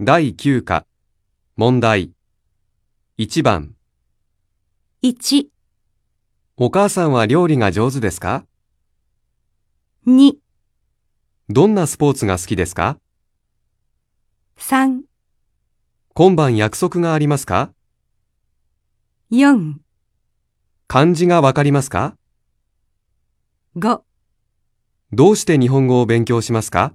第9課、問題。1番、 1、お母さんは料理が上手ですか2、どんなスポーツが好きですか3、今晩約束がありますか4、漢字がわかりますか5どうして日本語を勉強しますか